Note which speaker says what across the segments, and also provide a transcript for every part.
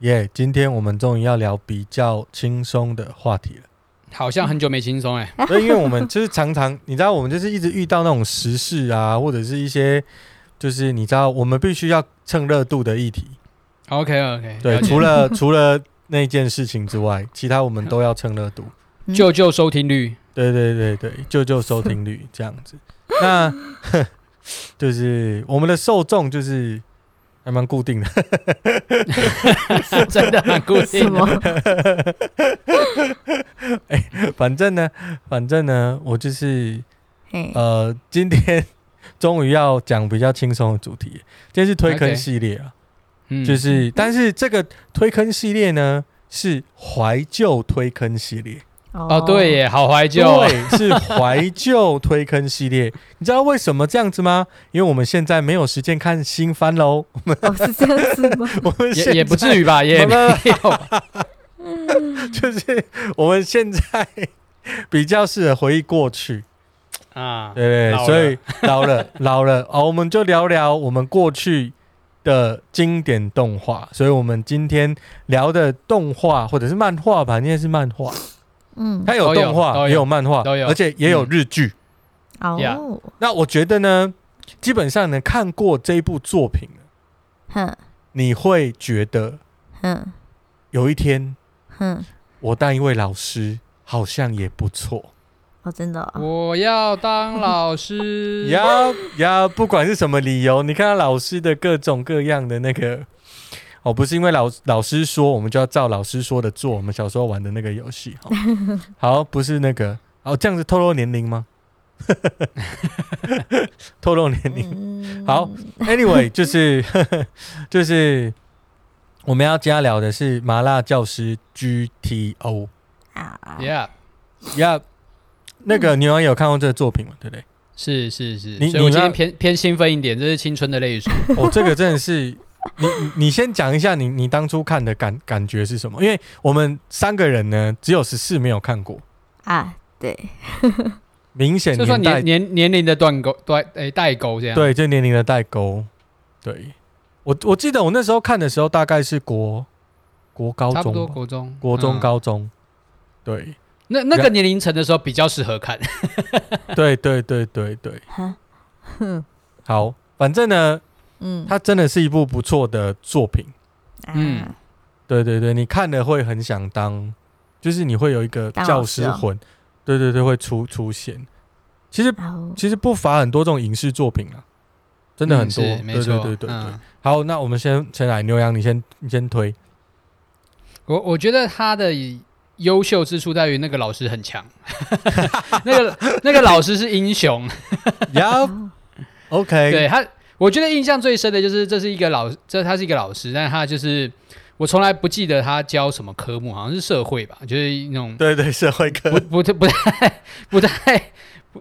Speaker 1: 耶今天我们终于要聊比较轻松的话题了。
Speaker 2: 好像很久没轻松哎，
Speaker 1: 对，因为我们就是常常，你知道，我们就是一直遇到那种时事啊，或者是一些就是你知道，我们必须要蹭热度的议题。
Speaker 2: OK OK，
Speaker 1: 对，除了除了那件事情之外，其他我们都要蹭热度。
Speaker 3: 嗯
Speaker 2: 救救收听 率，
Speaker 1: 对对对对，救救收听率这样子。那 就是我们的受众就是还蛮固定的，
Speaker 2: 真的很固
Speaker 3: 什
Speaker 2: 定
Speaker 3: 么
Speaker 2: 的。？
Speaker 1: 哎反正呢，反正呢，我就是
Speaker 3: 嘿，
Speaker 1: 呃，今天终于要讲比较轻松的主题，今天是推
Speaker 2: OK
Speaker 1: 坑系列啊
Speaker 2: 嗯
Speaker 1: 就是但是这个推坑系列呢是怀旧推坑系列，
Speaker 2: 哦，对耶，好怀旧哦。
Speaker 1: 对，是怀旧推坑系列。 你知道为什么这样子吗？因为我们现在没有时间看新番 喽，
Speaker 3: 哦，是这样子 吗？
Speaker 1: 我们
Speaker 2: 也也不
Speaker 1: 于，
Speaker 2: 至于 吧，也
Speaker 1: 慢
Speaker 2: 没
Speaker 1: 慢
Speaker 2: 有吧。
Speaker 1: 就是我们现在比较适合回忆过去。
Speaker 2: 啊，
Speaker 1: 对
Speaker 2: 老了
Speaker 1: 对，所以 老了老了哦，我们就聊聊我们过去的经典动画。所以我们今天聊的动画或者是漫画吧，应该是漫画，
Speaker 3: 嗯，
Speaker 1: 它有
Speaker 2: 都有
Speaker 1: 动
Speaker 2: 都
Speaker 1: 画，
Speaker 2: 有
Speaker 1: 也有漫画，
Speaker 2: 都有
Speaker 1: 而且也有
Speaker 2: 嗯
Speaker 1: 日剧。
Speaker 3: 哦，
Speaker 1: 那我觉得呢，基本上呢，看过这一部作品，
Speaker 3: 哼
Speaker 1: 你会觉得
Speaker 3: 哼
Speaker 1: 有一天
Speaker 3: 哼，
Speaker 1: 我当一位老师好像也不错。
Speaker 3: 哦，真的哦，
Speaker 2: 我要当老师。
Speaker 1: 呀呀，不管是什么理由，你看到老师的各种各样的那个，哦，不是因为老老师说我们就要照老师说的做，我们小时候玩的那个游戏。哦好，不是那个，哦，这样子透露年龄吗？ 透露年龄。
Speaker 3: 嗯
Speaker 1: 好 Anyway，就是 就是我们要加聊的是《麻辣教师 GTO》
Speaker 3: 啊，
Speaker 2: Yeah，
Speaker 1: 呀。那个牛羊有看过这个作品吗？对不对？
Speaker 2: 是是是，
Speaker 1: 你
Speaker 2: 所以我
Speaker 1: 你
Speaker 2: 今
Speaker 1: 那
Speaker 2: 天偏偏兴奋一点，这是青春的泪水。
Speaker 1: 哦，这个真的是你你你先讲一下你你当初看的感感觉是什么？因为我们三个人呢，只有十四没有看过，
Speaker 3: 啊，对，
Speaker 1: 明显
Speaker 2: 就算
Speaker 1: 年代
Speaker 2: 年年年龄的啊断钩，断诶代沟这样。
Speaker 1: 对这年龄的代沟。对我我记得我那时候看的时候，大概是国国高
Speaker 2: 差不多
Speaker 1: 中吧，
Speaker 2: 国中，
Speaker 1: 国中
Speaker 2: 嗯。
Speaker 1: 高中。对
Speaker 2: 那那个年龄层的时候比较适合看。
Speaker 1: 对对对对对，
Speaker 3: 哼哼，
Speaker 1: 好，反正呢，
Speaker 3: 嗯，
Speaker 1: 它真的是一部不错的作品。
Speaker 3: 啊
Speaker 2: 嗯，
Speaker 1: 对对对，你看了会很想当，就是你会有一个
Speaker 3: 当
Speaker 1: 教
Speaker 3: 老师
Speaker 1: 师
Speaker 3: 哦
Speaker 1: 魂，对对对，会出出现。其实
Speaker 3: 哦，
Speaker 1: 其实不乏很多这种影视作品啊，真的
Speaker 2: 嗯
Speaker 1: 很 多。
Speaker 2: 是没
Speaker 1: 对对
Speaker 2: 错
Speaker 1: 对对对。
Speaker 2: 嗯
Speaker 1: 好，那我们先先来牛羊，你先你先 推。
Speaker 2: 我我觉得他的优秀之处在于那个老师很强， 那个那个老师是英雄。
Speaker 1: 呀，OK，
Speaker 2: 对他，我觉得印象最深的就是这是一个老，这他是一个老师，但是他就是我从来不记得他教什么科目，好像是社会吧，就是那种
Speaker 1: 对对，社会科
Speaker 2: 不不太不太不太，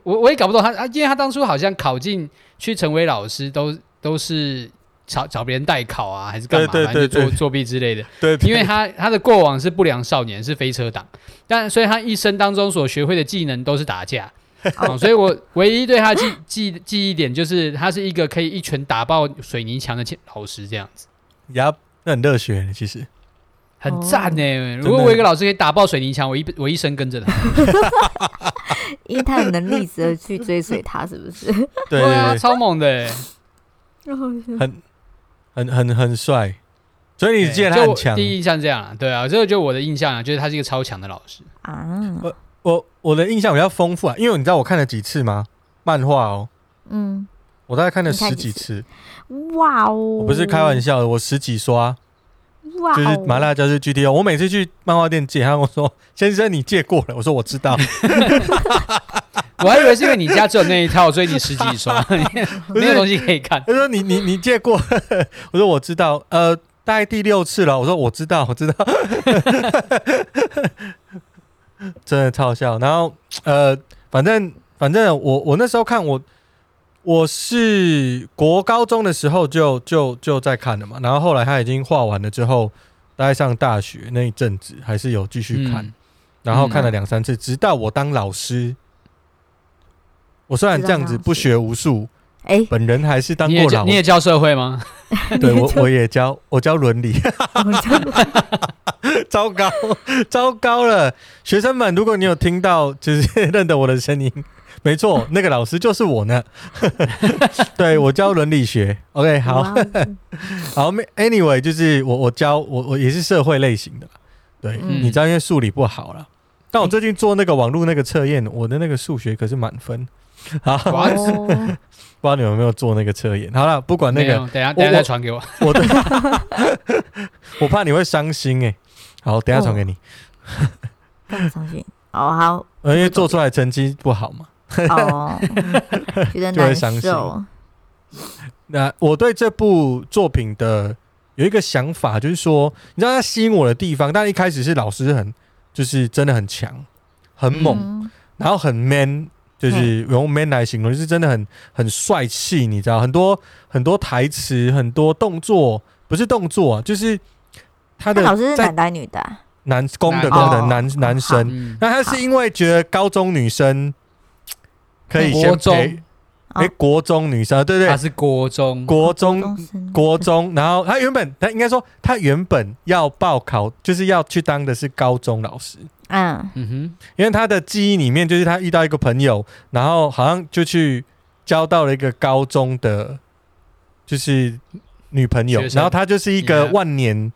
Speaker 2: 我我也搞不懂他，啊因为他当初好像考进去成为老师都都是。找找别人代考啊，还是干嘛？
Speaker 1: 对对
Speaker 2: 反正就
Speaker 1: 对
Speaker 2: 作
Speaker 1: 对
Speaker 2: 作弊之类的。
Speaker 1: 对， 对
Speaker 2: 因为他他的过往是不良少年，是飞车党，但所以他一生当中所学会的技能都是打架。哦、所以我唯一对他记记记忆点就是他是一个可以一拳打爆水泥墙的老师，这样子
Speaker 1: 呀，那很热血，其实
Speaker 2: 很赞呢、
Speaker 1: 的
Speaker 2: 如果我有一个老师可以打爆水泥墙，我一我一生跟着他。
Speaker 3: 因为他有能力值得去追随他，是不是？
Speaker 1: 对对
Speaker 2: 啊，
Speaker 1: 对，
Speaker 2: 超猛的、 欸。
Speaker 1: 很很很帅。所以你记得他
Speaker 2: 对就
Speaker 1: 很
Speaker 2: 我
Speaker 1: 强。
Speaker 2: 第一印象这样啊，对啊，这个就我的印象啊，就是他是一个超强的老师。
Speaker 3: 啊，
Speaker 1: 我我的印象比较丰富啊，因为你知道我看了几次吗？漫画哦，
Speaker 3: 嗯，
Speaker 1: 我大概看了
Speaker 3: 你看
Speaker 1: 十
Speaker 3: 几
Speaker 1: 几
Speaker 3: 次
Speaker 1: 次。
Speaker 3: 哇哦，
Speaker 1: 我不是开玩
Speaker 3: 笑，
Speaker 1: 笑的，我十几刷，
Speaker 3: 哇，哦
Speaker 1: 就是麻，辣教师 GTO。我每次去漫画店借，他跟我说：“先生，你借过了。”我说：“我知道。
Speaker 2: 我还以为是因为你家只有那一套，所以你十几 刷，没有东西可以看”。
Speaker 1: 他说：“你你你借过？” 我说：“我知道。”呃，大概第六次了。我说：“我知道，我知道。” 真的超好笑。然后呃，反正反正我我那时候看我我是国高中的时候就就就在看了嘛，然后后来他已经画完了之后，大概上大学那一阵子还是有继续看，
Speaker 2: 嗯
Speaker 1: 然后看了两三次，直到我当老师。我虽然这样子不学无术，
Speaker 3: 哎、
Speaker 1: 本人还是当
Speaker 2: 你
Speaker 1: 过
Speaker 2: 也教
Speaker 1: 老
Speaker 2: 你也
Speaker 1: 师。
Speaker 2: 教社会吗？
Speaker 1: 对我我也教我教伦理，
Speaker 3: 我就
Speaker 1: 糟糕，糟糕了！学生们，如果你有听到，就是认得我的声音，没错，那个老师就是我呢。 对我教伦理学，OK，好
Speaker 3: 哇
Speaker 1: 好没，Anyway，就是我我教我我也是社会类型的，对，
Speaker 3: 嗯
Speaker 1: 你知道因为数理不好了，但我最近做那个网络那个测验，我的那个数学可是满分。 好，不知
Speaker 2: 哇
Speaker 3: 哦，
Speaker 1: 道你们有没有做那个测验？好了，不管啊那
Speaker 2: 没有
Speaker 1: 个，
Speaker 2: 等一下
Speaker 1: 我
Speaker 2: 等一下再
Speaker 1: 我
Speaker 2: 传给我。
Speaker 1: 我的， 我怕你会伤心哎、好，等一下传给你，呃
Speaker 3: 干嘛伤心？哦好
Speaker 1: 因为做出来成绩不好嘛。
Speaker 3: 哦，嗯觉得
Speaker 1: 就会
Speaker 3: 难
Speaker 1: 伤心
Speaker 3: 受。
Speaker 1: 那我对这部作品的有一个想法，就是说，你知道它吸引我的地方，但一开始是老师很，就是真的很强、很猛，
Speaker 3: 嗯
Speaker 1: 然后很 man，就是用 man 来形容，就是真的很很帅气，你知道，很多很多台词、很多动作，不是动作、啊，就是他
Speaker 3: 那
Speaker 1: 的
Speaker 3: 老师是
Speaker 1: 在
Speaker 3: 男的还是女的啊？
Speaker 1: 男公
Speaker 2: 男
Speaker 1: 的功能
Speaker 3: 哦
Speaker 1: 男男生，
Speaker 2: 嗯，
Speaker 1: 那他是因为觉得高中女生可以先
Speaker 2: 国中啊
Speaker 1: 陪，哎，国中女生，对对
Speaker 2: 他，是国中，
Speaker 1: 国中
Speaker 3: 高生
Speaker 1: 国中，然后他原本他应该说他原本要报考，就是要去当的是高中老师，
Speaker 3: 嗯
Speaker 2: 嗯
Speaker 1: 因为他的记忆里面就是他遇到一个朋友，然后好像就去交到了一个高中的，就是女朋友
Speaker 2: 学，生
Speaker 1: 然后他就是一个
Speaker 2: Yeah
Speaker 1: 万年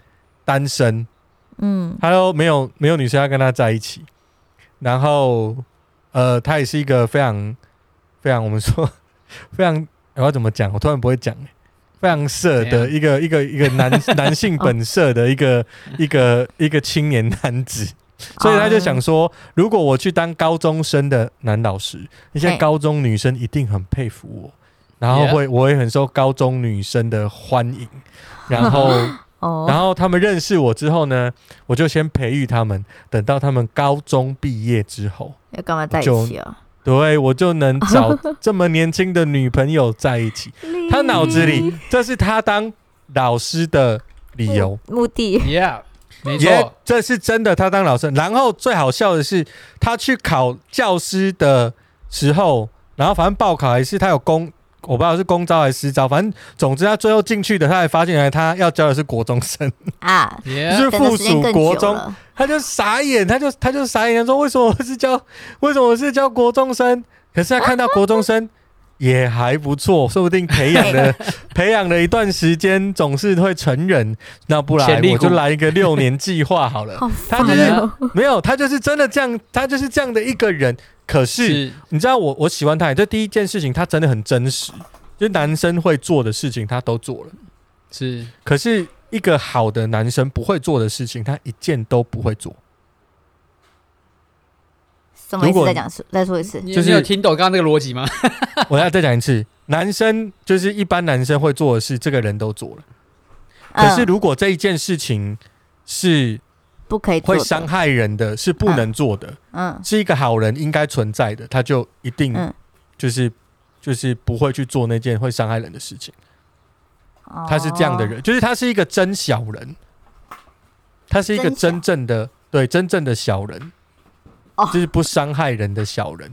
Speaker 1: 单身，
Speaker 3: 嗯
Speaker 1: 他都没有没有女生要跟他在一起，然后呃，他也是一个非常非常我们说 非常我要怎么讲？我突然不会讲、欸，非常色
Speaker 2: 怎
Speaker 1: 的
Speaker 2: 样
Speaker 1: 一个一个一个男男性本色的一个一个一个青年男子，所以他就想说，如果我去当高中生的男老师，那些
Speaker 3: 哎
Speaker 1: 高中女生一定很佩服我。然后会，我也很受高中女生的欢迎，然后
Speaker 3: 哦，
Speaker 1: 然后他们认识我之后呢，我就先培育他们，等到他们高中毕业之后，
Speaker 3: 要干嘛在一
Speaker 1: 就
Speaker 3: 起哦？
Speaker 1: 对我就能找这么年轻的女朋友在一起。他脑子里这是他当老师的理由，
Speaker 3: 目的
Speaker 2: 哼，Yeah，没
Speaker 1: 也
Speaker 2: 错，
Speaker 1: 这是真的，他当老师。然后最好笑的是，他去考教师的时候，然后反正报考还是他有公。我不知道是公招还是私招，反正总之他最后进去的，他还发现原来他要教的是国中生，
Speaker 3: 啊，
Speaker 1: 就
Speaker 2: Yeah，
Speaker 1: 是
Speaker 3: 等的
Speaker 1: 附
Speaker 3: 时间
Speaker 1: 属
Speaker 3: 更
Speaker 1: 国
Speaker 3: 久
Speaker 1: 中
Speaker 3: 了。
Speaker 1: 他就傻眼，他就他就傻眼，他说为什么我是教为什么我是教国中生？可是他看到国中生也还不错，说不定培养 了培养了一段时间，总是会成人。那不然
Speaker 2: 潜力
Speaker 1: 我
Speaker 2: 股
Speaker 1: 就来一个六年计划好了。
Speaker 3: 好
Speaker 1: 他
Speaker 3: 烦
Speaker 1: 就是
Speaker 3: 哦！
Speaker 1: 没有，他就是真的这样，他就是这样的一个人。可是
Speaker 2: 是
Speaker 1: 你知道我我喜欢他，这第一件事情他真的很真实，就是男生会做的事情他都做了。
Speaker 2: 是，
Speaker 1: 可是一个好的男生不会做的事情，他一件都不会 做。
Speaker 3: 什么意
Speaker 1: 如果
Speaker 3: 思？再讲说，再说一次。
Speaker 2: 你
Speaker 1: 就是
Speaker 2: 你有听懂刚刚那个逻辑吗？
Speaker 1: 我要再讲一次，男生就是一般男生会做的事，这个人都做了。可是
Speaker 3: 嗯
Speaker 1: 如果这一件事情是
Speaker 3: 不可以做
Speaker 1: 会
Speaker 3: 的
Speaker 1: 伤害人的，是不能做的，
Speaker 3: 嗯
Speaker 1: 是一个好人应该存在的，他就一定
Speaker 3: 嗯
Speaker 1: 就是、就是不会去做那件会伤害人的事情。他是这样的，
Speaker 3: 哦
Speaker 1: 人，就是他是一个真小人，他是一个
Speaker 3: 真小
Speaker 1: 真正的对真正的小人，
Speaker 3: 哦
Speaker 1: 就是不伤害人的小人，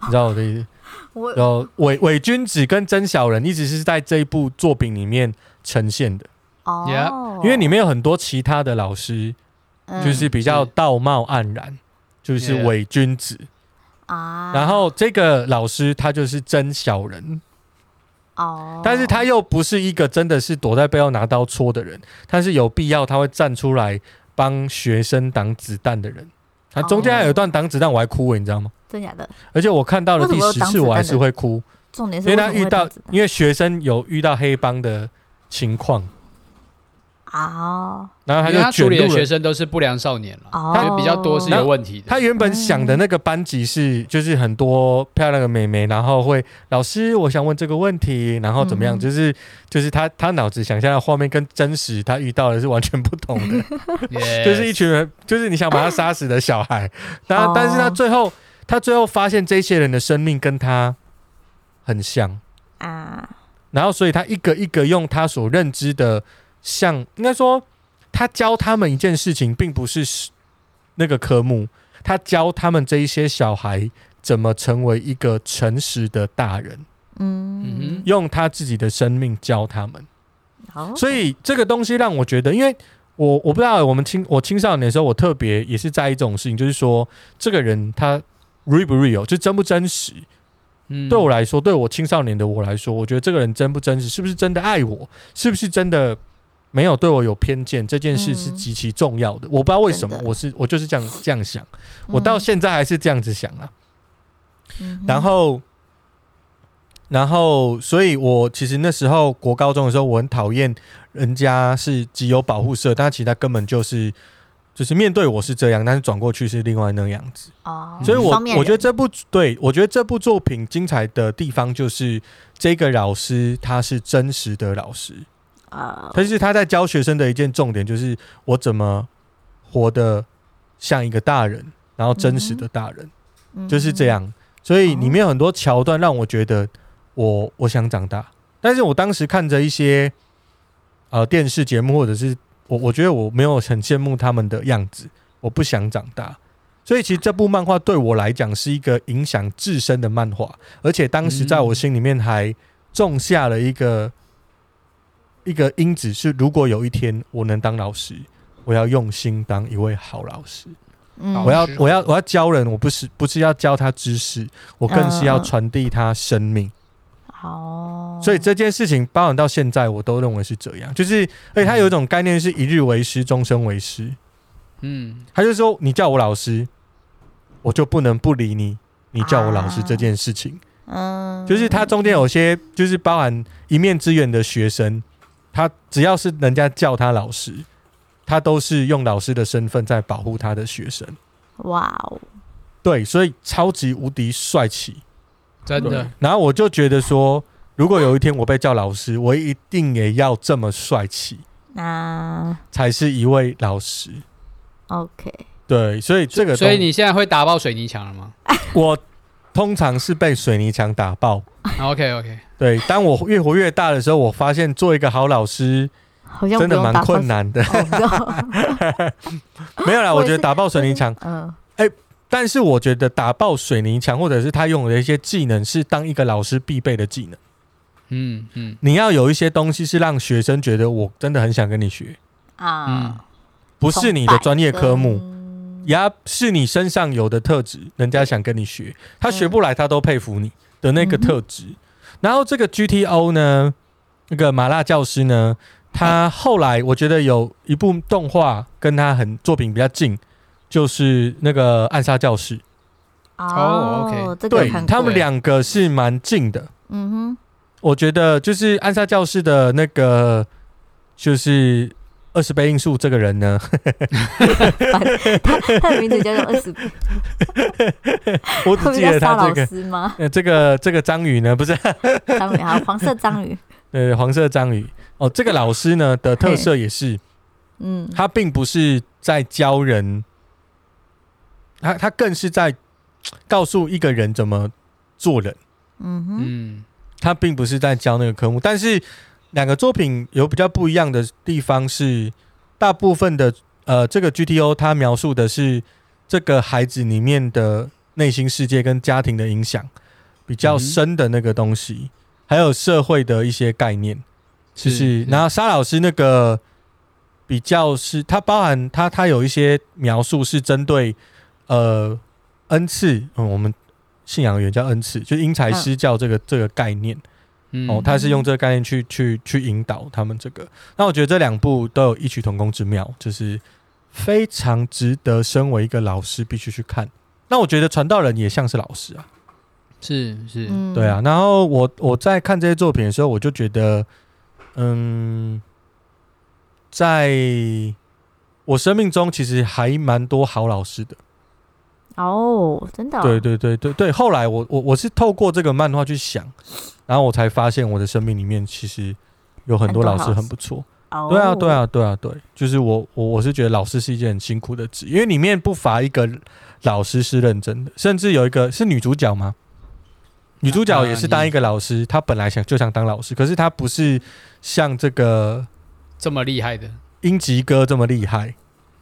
Speaker 1: 你知道我的意思？
Speaker 3: 哦我
Speaker 1: 然后伪伪君子跟真小人一直是在这一部作品里面呈现的，
Speaker 3: 哦，
Speaker 1: 因为里面有很多其他的老师，
Speaker 3: 嗯
Speaker 1: 就是比较
Speaker 2: 是
Speaker 1: 道貌岸然，就是伪君子。
Speaker 3: 啊，
Speaker 1: 然后这个老师他就是真小人，
Speaker 3: 哦，
Speaker 1: 但是他又不是一个真的是躲在背后拿刀戳的人，他是有必要他会站出来帮学生挡子弹的人。他中间还有一段挡子弹，我还哭了，欸你知道吗？
Speaker 3: 真假的，
Speaker 1: 而且我看到了第
Speaker 3: 为什么有
Speaker 1: 十
Speaker 3: 挡子
Speaker 1: 次，
Speaker 3: 弹
Speaker 1: 我还是会哭。
Speaker 3: 重点是
Speaker 1: 因为
Speaker 3: 为
Speaker 1: 他
Speaker 3: 什么
Speaker 1: 遇
Speaker 3: 会
Speaker 1: 到
Speaker 3: 这样子，
Speaker 1: 因为学生有遇到黑帮的情况，
Speaker 3: 哦
Speaker 1: 然后他
Speaker 2: 因为他
Speaker 1: 就卷
Speaker 2: 处理的
Speaker 1: 入
Speaker 2: 学
Speaker 1: 了。
Speaker 2: 生都是不良少年了，所
Speaker 3: 哦，
Speaker 2: 以比较多是有问题的。
Speaker 1: 他原本想的那个班级是，就是很多漂亮的妹妹，然后会老师，我想问这个问题，然后怎么样？
Speaker 3: 嗯
Speaker 1: 就是就是他他脑子想象的画面跟真实他遇到的是完全不同的。就
Speaker 2: 就是
Speaker 1: 一群人，就是你想把他杀死的小孩，但、
Speaker 3: 哦
Speaker 1: 但是他最后他最后发现这些人的生命跟他很像，
Speaker 3: 啊，
Speaker 1: 然后所以他一个一个用他所认知的像，应该说他教他们一件事情，并不是是那个科目，他教他们这一些小孩怎么成为一个诚实的大人，
Speaker 2: 嗯
Speaker 3: 嗯，
Speaker 1: 用他自己的生命教他们。
Speaker 3: 哦
Speaker 1: 所以这个东西让我觉得，因为我我不知道我们青我青少年的时候，我特别也是在意这种事情，就是说这个人他 real 不 real，就真不真实。
Speaker 2: 嗯
Speaker 1: 对我来说，对我青少年的我来说，我觉得这个人真不真实，是不是真的爱我，是不是真的没有对我有偏见，这件事是
Speaker 3: 嗯
Speaker 1: 极其重要的。我不知道为什么
Speaker 3: 真，的
Speaker 1: 我是我就是这样这样想，我到现在还是这样子想啊。
Speaker 3: 嗯
Speaker 1: 然后，然后，所以我其实那时候国高中的时候，我很讨厌人家是只有保护色，但其实他根本就是就是面对我是这样，但是转过去是另外那样子。
Speaker 3: 哦，
Speaker 1: 所以我
Speaker 3: 双面
Speaker 1: 我觉得
Speaker 3: 人
Speaker 1: 这部对我觉得这部作品精彩的地方就是这个老师他是真实的老师，
Speaker 3: 呃，
Speaker 1: 但是他在教学生的一件重点就是我怎么活得像一个大人，然后真
Speaker 3: 嗯
Speaker 1: 实的大人。就是这样。所以里面有很多桥段让我觉得我我想长大，但是我当时看着一些呃电视节目，或者是我我觉得我没有很羡慕他们的样子，我不想长大。所以其实这部漫画对我来讲是一个影响至深的漫画，而且当时在我心里面还种下了一个、一个因子，是如果有一天我能当老师，我要用心当一位好老师。
Speaker 3: 嗯，
Speaker 2: 好
Speaker 3: 嗯，
Speaker 1: 我要
Speaker 2: 是
Speaker 1: 我要我要教人，我不是不是要教他知识，我更是要
Speaker 3: 嗯嗯
Speaker 1: 传递他生命。
Speaker 3: 好，
Speaker 1: 所以这件事情包含到现在，我都认为是这样。就是，而且他有一种概念是一日为师，终身为师。
Speaker 2: 嗯，
Speaker 1: 他就说，你叫我老师，我就不能不理你。你叫我老师
Speaker 3: 啊
Speaker 1: 这件事情，
Speaker 3: 嗯，
Speaker 1: 就是他中间有些就是包含一面之缘的学生，他只要是人家叫他老师，他都是用老师的身份在保护他的学生。
Speaker 3: 哇哦，
Speaker 1: 对，所以超级无敌帅气。
Speaker 2: 真
Speaker 1: 对
Speaker 2: 的，，
Speaker 1: 然后我就觉得说，如果有一天我被叫老师，我一定也要这么帅气，
Speaker 3: 那
Speaker 1: 才是一位老师。
Speaker 3: OK，
Speaker 1: 对，所以这个东，
Speaker 2: 所以你现在会打爆水泥墙了吗
Speaker 1: 我通常是被水泥墙打爆。
Speaker 2: ？OK OK，
Speaker 1: 对，当我越活越大的时候，我发现做一个好老师
Speaker 3: 好像
Speaker 1: 真
Speaker 3: 不
Speaker 1: 的
Speaker 3: 用
Speaker 1: 蛮
Speaker 3: 打哦
Speaker 1: 困 难的。
Speaker 3: 炮手，
Speaker 1: 没有啦，我
Speaker 3: 我也
Speaker 1: 觉得
Speaker 3: 是
Speaker 1: 打爆水泥墙，
Speaker 3: 嗯，
Speaker 1: 但是我觉得打爆水泥墙，或者是他用的一些技能，是当一个老师必备的技能。
Speaker 2: 嗯嗯
Speaker 1: 你要有一些东西是让学生觉得我真的很想跟你学，
Speaker 2: 嗯
Speaker 3: 啊，，
Speaker 1: 不是你的专业科目。
Speaker 3: 嗯
Speaker 1: 呀，是你身上有的特质，人家想跟你学，他学不来，他都佩服你的那个特质。
Speaker 3: 嗯
Speaker 1: 然后这个 GTO 呢，那个麻辣教师呢，他后来我觉得有一部动画跟他很作品比较近，就是那个暗杀教室，
Speaker 2: 哦，OK
Speaker 3: 哦，这个
Speaker 1: 对
Speaker 3: 有看
Speaker 1: 他
Speaker 3: 过
Speaker 1: 们两个是蛮近的。
Speaker 3: 嗯
Speaker 1: 我觉得就是暗杀教室的那个，就是二十倍因素这个人呢，
Speaker 3: 哼， 他的名字叫做 二十，
Speaker 1: 我只
Speaker 3: 他们
Speaker 1: 记
Speaker 3: 叫
Speaker 1: 得
Speaker 3: 沙
Speaker 1: 他
Speaker 3: 老
Speaker 1: 这个。
Speaker 3: 师吗？
Speaker 1: 呃，这个这个章鱼呢，不是
Speaker 3: 章鱼，还有黄色章鱼，
Speaker 1: 呃，黄色章鱼哦，这个老师呢的特色也是，
Speaker 3: 嗯，
Speaker 1: 他并不是在教人，他他更是在告诉一个人怎么做人，
Speaker 3: 嗯哼，
Speaker 2: 嗯
Speaker 1: 他并不是在教那个科目。但是两个作品有比较不一样的地方是，大部分的呃，这个 GTO 它描述的是这个孩子里面的内心世界跟家庭的影响比较
Speaker 2: 嗯
Speaker 1: 深的那个东西，还有社会的一些概念。
Speaker 2: 嗯
Speaker 1: 就是，然后沙老师那个比较是，它包含它它有一些描述是针对呃恩赐，嗯，我们信仰原叫恩赐，就是因材施教这个、这个概念
Speaker 2: 嗯
Speaker 1: 哦，他是用这个概念去去去引导他们这个。那我觉得这两部都有异曲同工之妙，就是非常值得身为一个老师必须去看。那我觉得传道人也像是老师啊，
Speaker 2: 是是
Speaker 3: 嗯
Speaker 1: 对啊，，然后我我在看这些作品的时候，我就觉得，嗯，在我生命中其实还蛮多好老师的。
Speaker 3: 哦，真的哦、
Speaker 1: 对对对对对，后来我我我是透过这个漫画去想，然后我才发现我的生命里面其实有很多
Speaker 3: 很多
Speaker 1: 老
Speaker 3: 老
Speaker 1: 师
Speaker 3: 师
Speaker 1: 很不错。
Speaker 3: 哦
Speaker 1: 对啊对，啊对啊对，就是我我我是觉得老师是一件很辛苦的职，因为里面不乏一个老师是认真的，甚至有一个是女主角吗？女主
Speaker 2: 啊
Speaker 1: 角也是当一个老师，她本来想就想当老师，可是她不是像这个
Speaker 2: 这么厉害的
Speaker 1: 英吉哥这么厉害，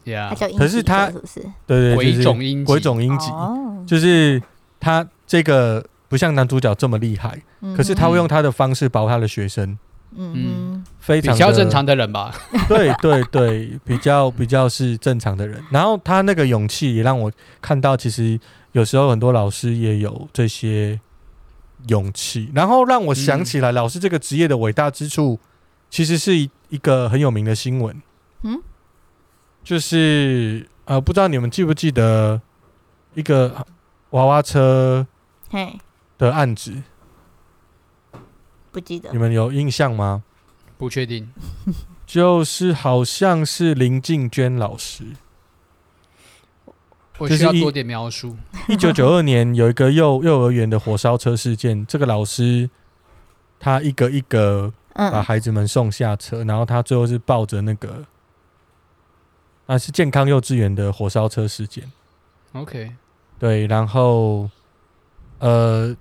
Speaker 2: 呀
Speaker 3: 他叫英
Speaker 1: 可是
Speaker 3: 吉格
Speaker 1: 他
Speaker 3: 是不是？
Speaker 1: 对对，
Speaker 2: 鬼
Speaker 1: 就是
Speaker 2: 冢英吉
Speaker 1: 鬼冢英吉，
Speaker 3: 哦，
Speaker 1: 就是他这个不像男主角这么厉害，
Speaker 3: 嗯
Speaker 1: 可是他会用他的方式保护他的学生，
Speaker 3: 嗯
Speaker 1: 非
Speaker 2: 比
Speaker 1: 常
Speaker 2: 较
Speaker 1: 的
Speaker 2: 正常的人吧？
Speaker 1: 对对对，比较比较是正常的人。然后他那个勇气也让我看到，其实有时候很多老师也有这些勇气。然后让我想起来，老师这个职业的伟大之处，其实是一一个很有名的新闻。
Speaker 3: 嗯，
Speaker 1: 就是呃，不知道你们记不记得一个娃娃车
Speaker 3: 哼嘿，
Speaker 1: 的案子，
Speaker 3: 不记得
Speaker 1: 你们有印象吗？
Speaker 2: 不确定，
Speaker 1: 就是好像是林静娟老师。
Speaker 2: 我
Speaker 1: 就
Speaker 2: 需
Speaker 1: 是
Speaker 2: 要
Speaker 1: 一
Speaker 2: 多点描述。
Speaker 1: 一九九二年有一个幼幼儿园的火烧车事件，这个老师他一个一个把
Speaker 3: 嗯
Speaker 1: 孩子们送下车，然后他最后是抱着那个啊是健康幼稚园的火烧车事件，
Speaker 2: OK，
Speaker 1: 对，然后呃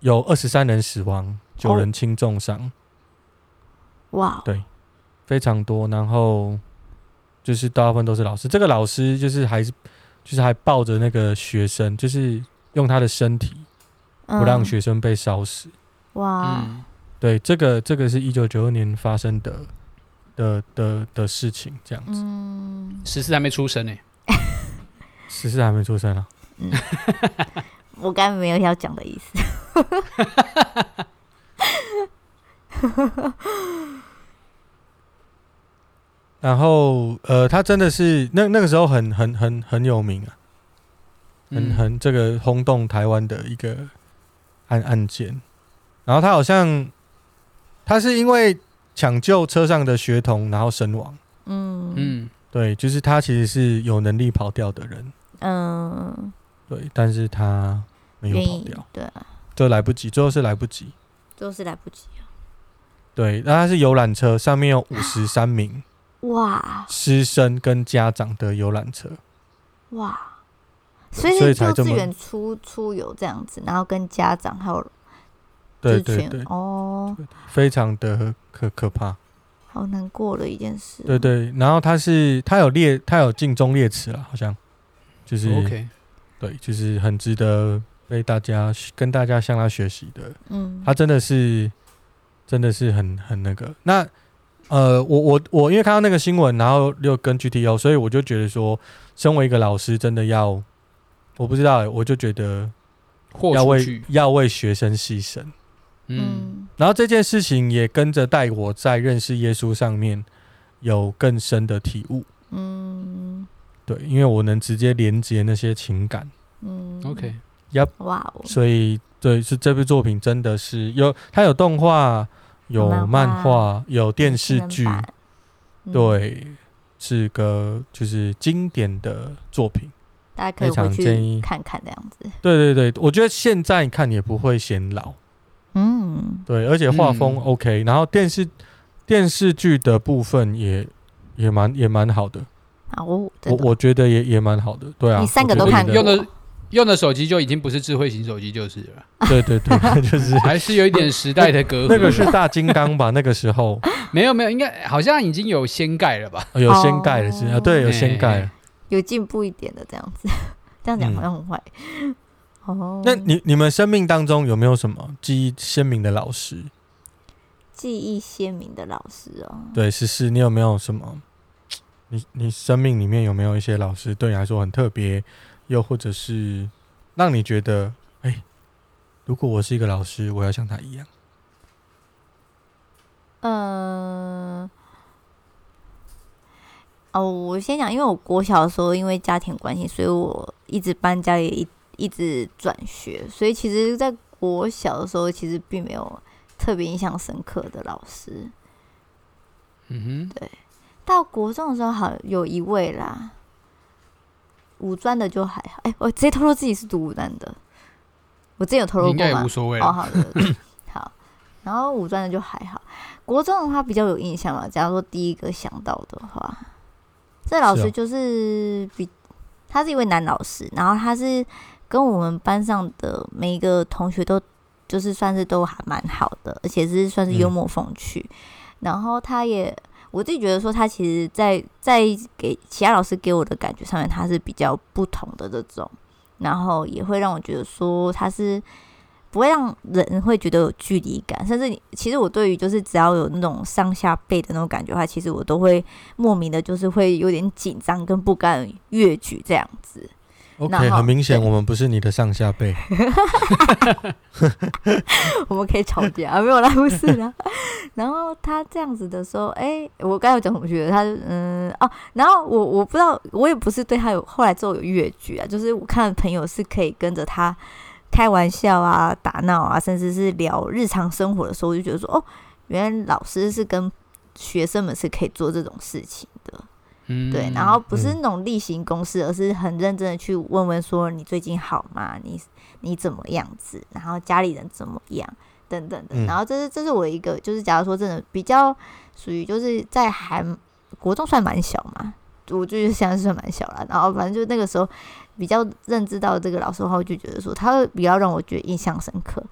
Speaker 1: 有二十三人死亡，九
Speaker 3: 哦
Speaker 1: 人轻重伤，
Speaker 3: 哇
Speaker 1: 对非常多，然后就是大部分都是老师，这个老师就是还是就是还抱着那个学生，就是用他的身体不让
Speaker 3: 嗯
Speaker 1: 学生被烧死。
Speaker 3: 哇
Speaker 2: 嗯，
Speaker 1: 对，这个这个是一九九二年发生的的的的事情，这样子。
Speaker 3: 嗯
Speaker 2: 十四还没出生呢、
Speaker 1: 十四还没出生啊？
Speaker 3: 嗯，我刚才没有要讲的意思。
Speaker 1: 然后呃，他真的是那那个时候很很很很有名啊，很
Speaker 2: 嗯
Speaker 1: 很这个轰动台湾的一个案案件。然后他好像他是因为抢救车上的学童，然后身亡。
Speaker 3: 嗯嗯
Speaker 2: 嗯，
Speaker 1: 对，就是他其实是有能力跑掉的人，
Speaker 3: 嗯，
Speaker 1: 对，但是他没有
Speaker 3: 愿
Speaker 1: 跑
Speaker 3: 意
Speaker 1: 掉，
Speaker 3: 对啊，
Speaker 1: 就来不及，最后是来不及。
Speaker 3: 都是来不及啊。
Speaker 1: 对，那它是游览车，上面有五十三名
Speaker 3: 哇
Speaker 1: 师生跟家长的游览车。
Speaker 3: 哇，所以
Speaker 1: 所以
Speaker 3: 是
Speaker 1: 才
Speaker 3: 幼
Speaker 1: 这
Speaker 3: 稚
Speaker 1: 么
Speaker 3: 园出出游这样子，然后跟家长还有
Speaker 1: 对
Speaker 3: 这
Speaker 1: 对
Speaker 3: 群
Speaker 1: 对，
Speaker 3: 哦，
Speaker 1: 非常的可可怕。
Speaker 3: 好难过的一件事。
Speaker 1: 对对，然后它是它有列，它有尽忠列词了，好像就是
Speaker 2: 哦 OK，
Speaker 1: 对，就是很值得被大家跟大家向他学习的。
Speaker 3: 嗯，
Speaker 1: 他真的是真的是很很那个。那呃，我我我因为看到那个新闻，然后又跟 GTO，所以我就觉得说，身为一个老师，真的要我不知道欸、我就觉得
Speaker 2: 豁
Speaker 1: 要
Speaker 2: 出
Speaker 1: 为
Speaker 2: 去，
Speaker 1: 要为学生牺牲。
Speaker 2: 嗯，
Speaker 1: 然后这件事情也跟着带我在认识耶稣上面有更深的体悟。
Speaker 3: 嗯
Speaker 1: 对，因为我能直接连接那些情感，
Speaker 3: 嗯
Speaker 2: OK，
Speaker 3: 哇哦，
Speaker 1: 所以对，是这部作品真的是有它有动画，有
Speaker 3: 有漫
Speaker 1: 漫
Speaker 3: 画
Speaker 1: 画，有电视
Speaker 3: 真人
Speaker 1: 剧，
Speaker 3: 版，嗯，
Speaker 1: 对，是个就是经典的作品。
Speaker 3: 大家可以
Speaker 1: 非常
Speaker 3: 回
Speaker 1: 建议
Speaker 3: 去看看这样子。
Speaker 1: 对对对，我觉得现在看也不会显老，
Speaker 3: 嗯，
Speaker 1: 对，而且画风
Speaker 2: 嗯
Speaker 1: OK，、然后电视电视剧的部分也也蛮也蛮好的，
Speaker 3: 好，我
Speaker 1: 我我觉得也也蛮好的，对啊，
Speaker 3: 你三个
Speaker 1: 我觉
Speaker 3: 都
Speaker 1: 得
Speaker 3: 看
Speaker 1: 也
Speaker 2: 用
Speaker 3: 过
Speaker 2: 的用的手机就已经不是智慧型手机就是了，
Speaker 1: 对对对， 就是
Speaker 2: 还是有一点时代的隔阂。
Speaker 1: 那个是大金刚吧？那个时候、
Speaker 2: 没有没有，应该好像已经有掀盖了吧？
Speaker 1: 呃有
Speaker 3: 哦
Speaker 1: 掀盖的是啊，对，有掀盖了。
Speaker 3: 有进步一点的这样子， 这样讲好像很坏。哦，
Speaker 1: 嗯那你你们生命当中有没有什么记忆鲜明的老师？
Speaker 3: 记忆鲜明的老师哦，
Speaker 1: 对，十四，你有没有什么？你你生命里面有没有一些老师对你来说很特别，又或者是让你觉得，哎、如果我是一个老师，我要像他一样。
Speaker 3: 嗯，哦，我先讲，因为我国小的时候因为家庭关系，所以我一直搬家，也一一直转学，所以其实，在国小的时候，其实并没有特别印象深刻的老师。
Speaker 2: 嗯哼，
Speaker 3: 到国中的时候好有一位啦，五专的就还好。哎、我直接透露自己是读五专的，我之前有透
Speaker 2: 你
Speaker 3: 露
Speaker 2: 应
Speaker 3: 过
Speaker 2: 该也
Speaker 3: 吗
Speaker 2: 无？所谓
Speaker 3: 哦，
Speaker 2: 了。
Speaker 3: 好 的，好。然后五专的就还好，国中的话比较有印象了。假如说第一个想到的话，这老
Speaker 1: 是
Speaker 3: 师
Speaker 1: 哦
Speaker 3: 就是比、他是一位男老师，然后他是跟我们班上的每一个同学都就是算是都还蛮好的，而且是算是幽默风趣。然后他也我自己觉得说，他其实在在给其他老师给我的感觉上面，他是比较不同的这种，然后也会让我觉得说他是不会让人会觉得有距离感，甚至你其实我对于就是只要有那种上下背的那种感觉的话，其实我都会莫名的就是会有点紧张跟不敢越举这样子。
Speaker 1: OK，
Speaker 3: 然后
Speaker 1: 很明显
Speaker 3: 对
Speaker 1: 我们不是你的上下 辈。
Speaker 3: 我们可以吵架 啊，没有啦，不是啦。然后他这样子的时候，哎、我刚才有讲同学，他就嗯哦，然后我我不知道，我也不是对他有后来之后有越剧啊，就是我看朋友是可以跟着他开玩笑啊、打闹啊，甚至是聊日常生活的时候，我就觉得说，哦，原来老师是跟学生们是可以做这种事情的。
Speaker 2: 嗯，
Speaker 3: 对，然后不是
Speaker 1: 嗯
Speaker 3: 那种例行公事，而是很认真的去问问说你最近好吗？你你怎么样子？然后家里人怎么样？等等的。
Speaker 1: 嗯
Speaker 3: 然后这是这是我一个，就是假如说真的比较属于就是在还国中算蛮小嘛，我就是现在算蛮小了。然后反正就那个时候比较认知到这个老师的话，我就觉得说他会比较让我觉得印象深刻。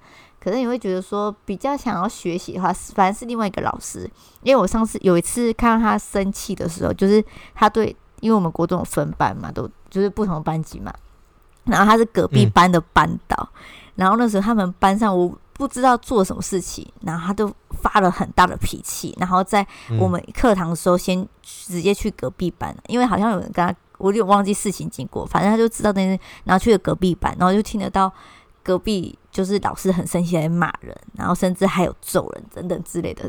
Speaker 3: 可能你会觉得说比较想要学习的话，反正是另外一个老师，因为我上次有一次看到他生气的时候，就是他对，因为我们国中有分班嘛，都就是不同班级嘛，然后他是隔壁
Speaker 1: 嗯
Speaker 3: 班的班导，然后那时候他们班上我不知道做什么事情，然后他就发了很大的脾气，然后在
Speaker 1: 嗯
Speaker 3: 我们课堂的时候先直接去隔壁班，因为好像有人跟他，我有点忘记事情经过，反正他就知道那件事，然后去了隔壁班，然后就听得到隔壁就是老师很生气在骂人，然后甚至还有揍人等等之类的，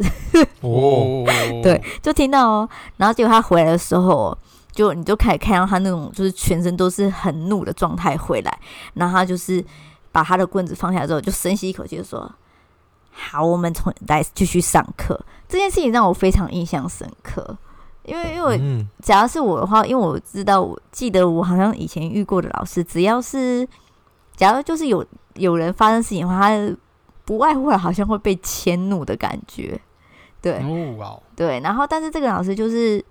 Speaker 1: 哦，，
Speaker 3: 对，就听到哦。然后结果他回来的时候哦，就你就开始看到他那种就是全身都是很怒的状态回来，然后他就是把他的棍子放下之后，就深吸一口气就说：“好，我们从来继续上课。”这件事情让我非常印象深刻，因为因为我
Speaker 1: 嗯，
Speaker 3: 只要是我的话，因为我知道，我记得我好像以前遇过的老师，只要是假如就是有有人发生事情的话，他不外乎好像会被迁怒的感觉，对。
Speaker 2: 哦哇哦，
Speaker 3: 对，然后但是这个老师就是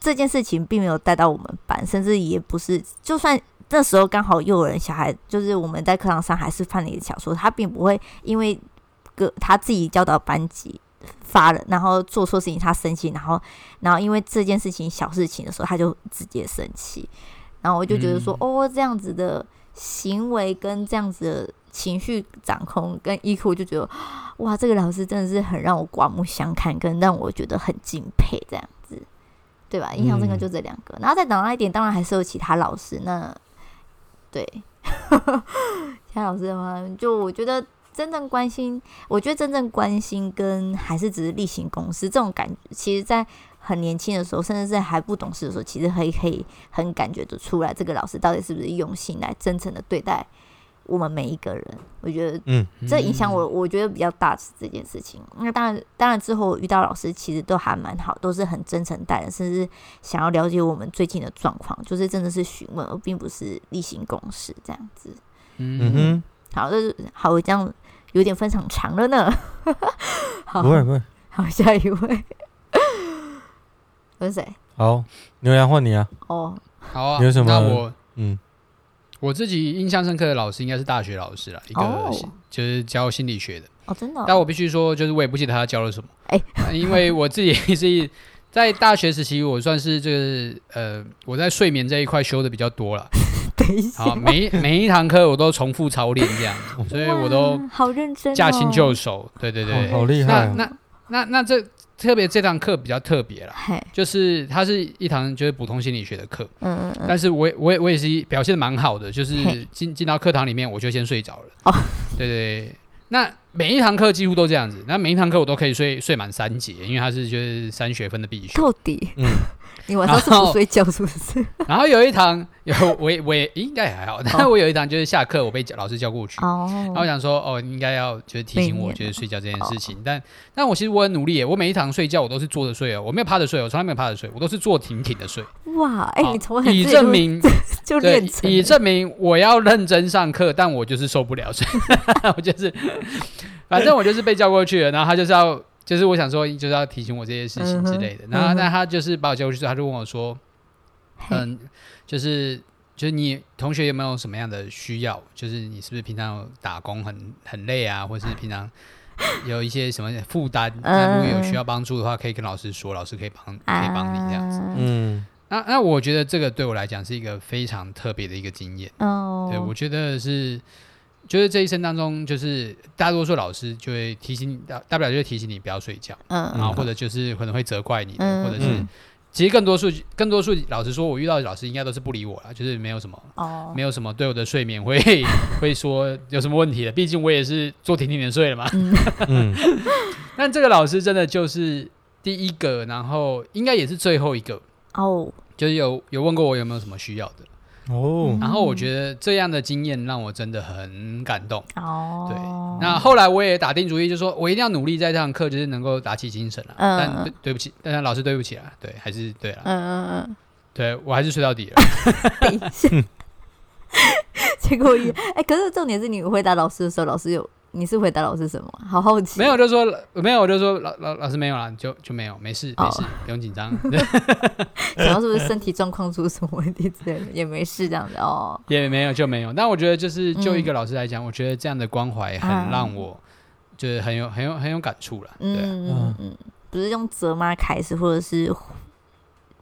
Speaker 3: 这件事情并没有带到我们班，甚至也不是，就算那时候刚好又有人小孩，就是我们在课堂上还是犯了一个小错，他并不会因为个他自己教导班级发了，然后做错事情他生气，然后然后因为这件事情小事情的时候他就直接生气，然后我就觉得说、哦这样子的行为跟这样子的情绪掌控跟 EQ 就觉得哇，这个老师真的是很让我刮目相看，跟让我觉得很敬佩这样子，对吧？印象深刻
Speaker 1: 嗯
Speaker 3: 就这两个，然后再长大一点，当然还是有其他老师。那对， 其他老师的话，就我觉得真正关心，我觉得真正关心跟还是只是例行公事这种感觉，其实在很年轻的时候，甚至是还不懂事的时候，其实可以可以很感觉得出来，这个老师到底是不是用心来真诚的对待我们每一个人。我觉得
Speaker 1: 嗯
Speaker 2: 嗯
Speaker 3: 这影响我，我觉得比较大是这件事情。那当然，当然之后我遇到老师其实都还蛮好，都是很真诚待人，甚至想要了解我们最近的状况，就是真的是询问，而并不是例行公事这样子。
Speaker 1: 嗯
Speaker 2: 嗯，
Speaker 1: 哼，
Speaker 3: 好，这是好，我这样有点分场长了呢。好
Speaker 1: 不，会不会，
Speaker 3: 好，下一位， 是谁？
Speaker 1: 好，牛羊换你啊，
Speaker 3: 哦，
Speaker 2: 好啊，
Speaker 1: 你有什么
Speaker 2: 那我
Speaker 1: 嗯，
Speaker 2: 我自己印象深刻的老师应该是大学老师啦，一个
Speaker 3: 哦
Speaker 2: 心就是教心理学的。
Speaker 3: 哦，真的、
Speaker 2: 但
Speaker 3: 哦，
Speaker 2: 我必须说，就是我也不记得他教了什么，
Speaker 3: 哎
Speaker 2: 呃因为我自己 是在大学时期，我算是就是呃，我在睡眠这一块修的比较多 了。
Speaker 3: 等一下
Speaker 2: 好，，每每一堂课我都重复操练这样子，所以我都
Speaker 3: 哇好认真、哦，
Speaker 2: 驾轻就熟。对对对，
Speaker 1: 好好厉害
Speaker 2: 那
Speaker 1: 哦，
Speaker 2: 那那那这特别这堂课比较特别啦，
Speaker 3: 嘿，
Speaker 2: 就是它是一堂就是普通心理学的课，
Speaker 3: 嗯嗯嗯，
Speaker 2: 但是我也我也我也是表现得蛮好的，就
Speaker 3: 嘿
Speaker 2: 是进进到课堂里面我就先睡着了。
Speaker 3: 哦
Speaker 2: 对对对，那每一堂课几乎都这样子，那每一堂课我都可以睡睡满三节，因为它是就是三学分的必修。
Speaker 3: 到底
Speaker 1: 嗯，
Speaker 3: 你晚上是
Speaker 2: 然后
Speaker 3: 不睡觉是不是？
Speaker 2: 然后有一堂有我也我也应该也还好，但是我有一堂就是下课我被叫老师叫过去， 然后我
Speaker 3: 哦，
Speaker 2: 想说，哦，应该要就是提醒我，
Speaker 3: 被念
Speaker 2: 就是睡觉这件事情。但但我其实我很努力耶，我每一堂睡觉我都是坐着睡哦，我没有趴着睡哦，我从来没有趴着睡，我都是坐挺挺的睡。
Speaker 3: 哇，哎、
Speaker 2: 好
Speaker 3: 你从很
Speaker 2: 以
Speaker 3: 自己就
Speaker 2: 证明
Speaker 3: 就
Speaker 2: 对
Speaker 3: 练成，
Speaker 2: 以证明我要认真上课，但我就是受不了，所 以我就是反正我就是被叫过去了，然后他就是要就是我想说就是要提醒我这些事情之类的。
Speaker 3: 嗯哼
Speaker 2: 然后
Speaker 3: 嗯哼
Speaker 2: 那他就是把我叫过去之后，他就问我说，嗯，就是就是你同学有没有什么样的需要？就是你是不是平常有打工很很累啊，或是平常有一些什么负担？
Speaker 3: 嗯
Speaker 2: 那如果有需要帮助的话，可以跟老师说，老师可以帮可以帮你这样子。
Speaker 3: 啊
Speaker 1: 嗯，
Speaker 2: 那那我觉得这个对我来讲是一个非常特别的一个经验。
Speaker 3: 哦，
Speaker 2: 对我觉得是，就是这一生当中，就是大多数老师就会提醒你，大大不了就会提醒你不要睡觉，然后
Speaker 3: 嗯，
Speaker 2: 或者就是可能会责怪你的，
Speaker 3: 嗯
Speaker 2: 或者是
Speaker 1: 嗯
Speaker 2: 其实更多数更多数老师说，我遇到的老师应该都是不理我啦，就是没有什么。
Speaker 3: 哦，
Speaker 2: 没有什么对我的睡眠会 会说有什么问题的，毕竟我也是做停停的睡了嘛。
Speaker 1: 嗯，
Speaker 2: 但这个老师真的就是第一个，然后应该也是最后一个，
Speaker 3: 哦，
Speaker 2: 就是有有问过我有没有什么需要的。
Speaker 3: 嗯
Speaker 1: 哦，
Speaker 2: 然后我觉得这样的经验让我真的很感动。对
Speaker 3: 哦，，
Speaker 2: 那后来我也打定主意，就说我一定要努力在这堂课，就是能够打起精神了、
Speaker 3: 嗯
Speaker 2: 但对对不起，但是老师对不起啊，对，还是对了，
Speaker 3: 嗯嗯
Speaker 2: 对我还是睡到 底了。
Speaker 3: 嗯，等一下，结果也，哎、可是重点是你回答老师的时候，老师有，你是回答老师什么？好好奇，
Speaker 2: 没有，就说没有，就说老老老师没有啦，就就没有，没事
Speaker 3: 哦
Speaker 2: 没事，不用紧张，
Speaker 3: 想到是不是身体状况出什么问题之类的，也没事这样子哦。
Speaker 2: 也没有就没有。但我觉得就是就一个老师来讲，我觉得这样的关怀很
Speaker 3: 嗯啊
Speaker 2: 让我。就是很有很有很有感触了，对啊、
Speaker 3: 嗯嗯嗯，不是用责骂开始，或者是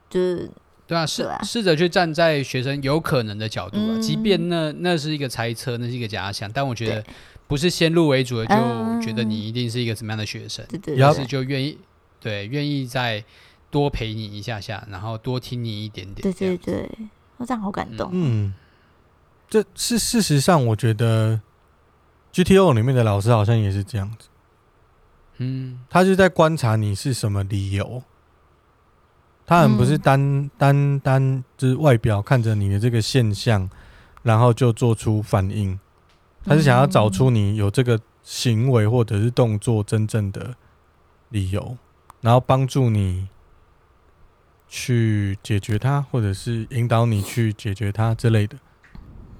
Speaker 3: 就是
Speaker 2: 对啊，试
Speaker 3: 对啊
Speaker 2: 试着去站在学生有可能的角度啊，
Speaker 3: 嗯
Speaker 2: 即便那那是一个猜测，那是一个假想，但我觉得
Speaker 3: 对
Speaker 2: 不是先入为主的就
Speaker 3: 嗯
Speaker 2: 觉得你一定是一个什么样的学生，
Speaker 3: 对对
Speaker 2: 而
Speaker 1: 嗯
Speaker 2: 是就愿意对愿意再多陪你一下下，然后多听你一点点，
Speaker 3: 对
Speaker 2: 这样
Speaker 3: 对对，那这样好感动。
Speaker 1: 嗯，这是事实上，我觉得 GTO 里面的老师好像也是这样子，
Speaker 2: 嗯
Speaker 1: 他就在观察你是什么理由。他很不是单、
Speaker 3: 嗯
Speaker 1: 单单就是外表看着你的这个现象，然后就做出反应，他是想要找出你有这个行为或者是动作真正的理由，然后帮助你去解决它，或者是引导你去解决它之类的。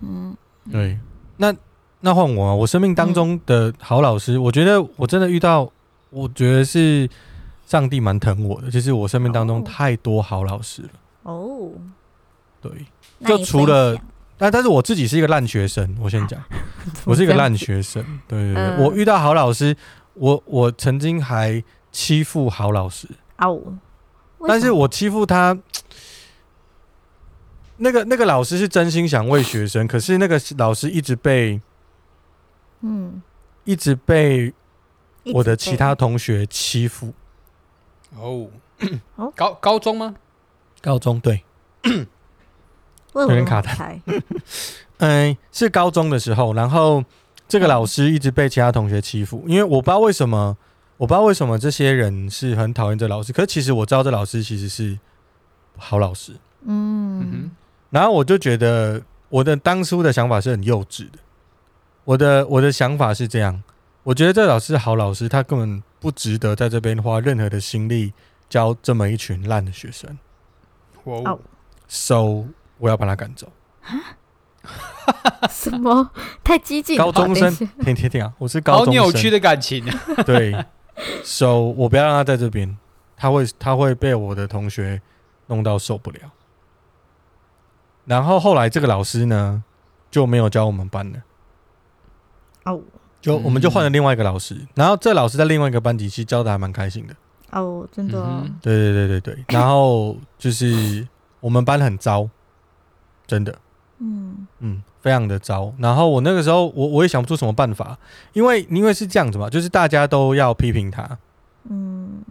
Speaker 3: 嗯，
Speaker 1: 对，那那换我、啊，我生命当中的好老
Speaker 3: 嗯
Speaker 1: 师，我觉得我真的遇到，我觉得是上帝蛮疼我的，就是我生命当中
Speaker 3: 哦
Speaker 1: 太多好老师了。
Speaker 3: 哦，
Speaker 1: 对，
Speaker 3: 那
Speaker 1: 就
Speaker 3: 你
Speaker 1: 除
Speaker 3: 分
Speaker 1: 了
Speaker 3: 享
Speaker 1: 但但是我自己是一个烂学生，我
Speaker 3: 啊
Speaker 1: 先讲，我是一个烂学生。对对对，
Speaker 3: 嗯
Speaker 1: 我遇到好老师，我我曾经还欺负好老师，
Speaker 3: 啊哦，为
Speaker 1: 但
Speaker 3: 什
Speaker 1: 是
Speaker 3: 么
Speaker 1: 我欺负他，那个那个老师是真心想为学生，可是那个老师一直被
Speaker 3: 嗯，
Speaker 1: 一直被
Speaker 3: 一
Speaker 1: 我
Speaker 3: 直哦
Speaker 1: 的其
Speaker 3: 被
Speaker 1: 他同学欺负。
Speaker 2: 哦
Speaker 3: 哦，
Speaker 2: 高高中吗？
Speaker 1: 高中对，
Speaker 3: 为
Speaker 1: 有
Speaker 3: 什
Speaker 1: 点
Speaker 3: 么
Speaker 1: 卡
Speaker 3: 不开
Speaker 1: 嗯，是高中的时候，然后这个老师一直被其他同学欺负，因为我不知道为什么，我不知道为什么这些人是很讨厌这老师，可是其实我知道这老师其实是好老师，
Speaker 3: 嗯
Speaker 2: 嗯
Speaker 1: 然后我就觉得我的当初的想法是很幼稚的，我的我的想法是这样，我觉得这老师是好老师，他根本不值得在这边花任何的心力教这么一群烂的学生。
Speaker 2: 哼，我、
Speaker 3: 哦
Speaker 1: so 我要把他赶走。
Speaker 3: 什么太激进了
Speaker 1: 高
Speaker 3: 吧
Speaker 1: 中
Speaker 3: 等一
Speaker 1: 生
Speaker 3: 下，
Speaker 1: 听听听啊，我是高
Speaker 2: 好
Speaker 1: 中生，
Speaker 2: 扭曲的感情啊，
Speaker 1: 对，so 我不要让他在这边，他会他会被我的同学弄到受不了。然后后来这个老师呢就没有教我们班了，
Speaker 3: 哦
Speaker 1: 就我们就换了另外一个老师，然后这老师在另外一个班级其实教的还蛮开心的。
Speaker 3: 哦，真的哦
Speaker 2: 嗯
Speaker 1: 对对对对对，然后就是我们班很糟，真的。
Speaker 3: 嗯
Speaker 1: 嗯，非常的糟。然后我那个时候，我我也想不出什么办法，因为因为是这样子嘛，就是大家都要批评他。
Speaker 3: 嗯